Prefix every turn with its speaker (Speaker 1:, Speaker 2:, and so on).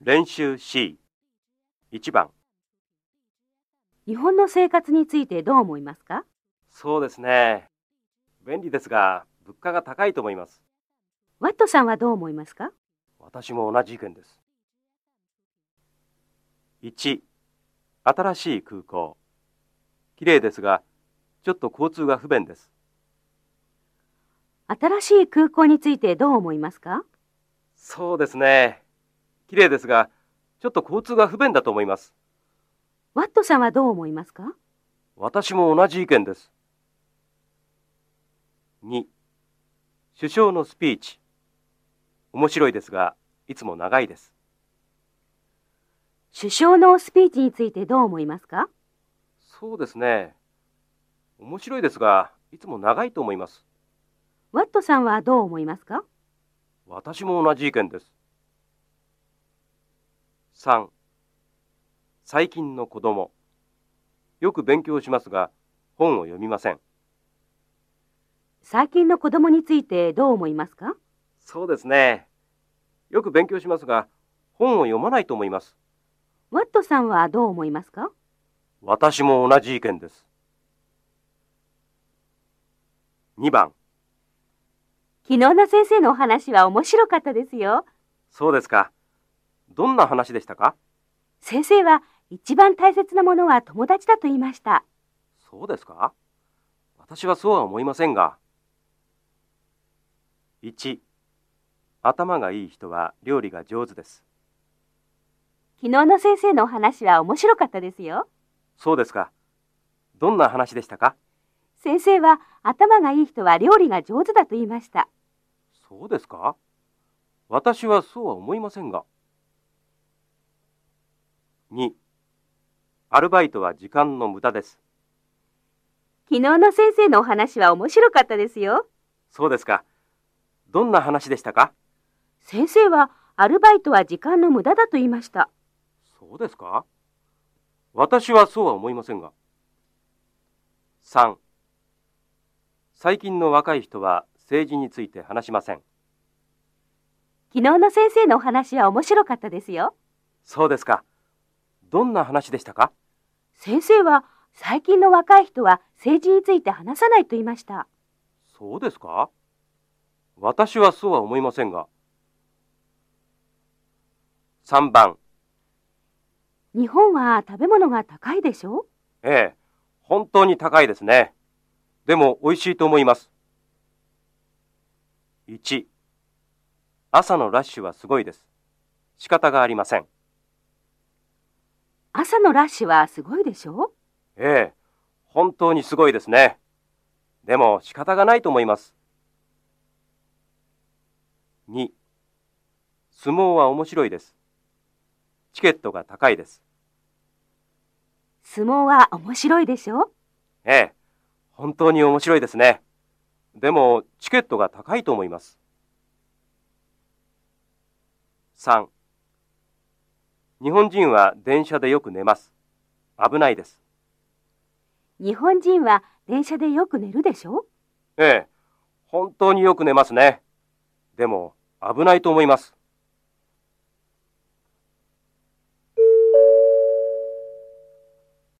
Speaker 1: 練習 C 一番
Speaker 2: 日本の生活についてどう思いますか
Speaker 1: そうですね便利ですが物価が高いと思います
Speaker 2: ワットさんはどう思いますか
Speaker 1: 私も同じ意見です1新しい空港きれいですがちょっと交通が不便です
Speaker 2: 新しい空港についてどう思いますか
Speaker 1: そうですねきれいですがちょっと交通が不便だと思います
Speaker 2: ワットさんはどう思いますか
Speaker 1: 私も同じ意見です2首相のスピーチ面白いですがいつも長いです
Speaker 2: 首相のスピーチについてどう思いますか
Speaker 1: そうですね面白いですがいつも長いと思います
Speaker 2: ワットさんはどう思いますか
Speaker 1: 私も同じ意見です3最近の子供よく勉強しますが本を読みません
Speaker 2: 最近の子供についてどう思いますか
Speaker 1: そうですねよく勉強しますが本を読まないと思います
Speaker 2: ワットさんはどう思いますか
Speaker 1: 私も同じ意見です2番
Speaker 2: 昨日の先生のお話は面白かったですよ。
Speaker 1: そうですかどんな話でしたか
Speaker 2: 先生は一番大切なものは友達だと言いました。
Speaker 1: そうですか私はそうは思いませんが。1. 頭がいい人は料理が上手です。
Speaker 2: 昨日の先生のお話は面白かったですよ。
Speaker 1: そうですか。どんな話でしたか
Speaker 2: 先生は頭がいい人は料理が上手だと言いました。
Speaker 1: そうですか私はそうは思いませんが。2. アルバイトは時間の無駄です。
Speaker 2: 昨日の先生のお話は面白かったですよ。
Speaker 1: そうですか。どんな話でしたか
Speaker 2: 先生はアルバイトは時間の無駄だと言いました。
Speaker 1: そうですか私はそうは思いませんが。3. 最近の若い人は政治について話しません。
Speaker 2: 昨日の先生のお話は面白かったですよ。
Speaker 1: そうですか。どんな話でしたか
Speaker 2: 先生は最近の若い人は政治について話さないと言いました。
Speaker 1: そうですか私はそうは思いませんが。3番。
Speaker 2: 日本は食べ物が高いでしょ
Speaker 1: ええ、本当に高いですね。でも美味しいと思います。1. 朝のラッシュはすごいです。仕方がありません。
Speaker 2: 朝のラッシュはすごいでしょ
Speaker 1: ええ、本当にすごいですね。でも仕方がないと思います。2. 相撲は面白いです。チケットが高いです。
Speaker 2: 相撲は面白いでしょ
Speaker 1: ええ、本当に面白いですね。でも、チケットが高いと思います。3. 日本人は電車でよく寝ます。危ないです。
Speaker 2: 日本人は電車でよく寝るでしょ
Speaker 1: ええ、本当によく寝ますね。でも、危ないと思います。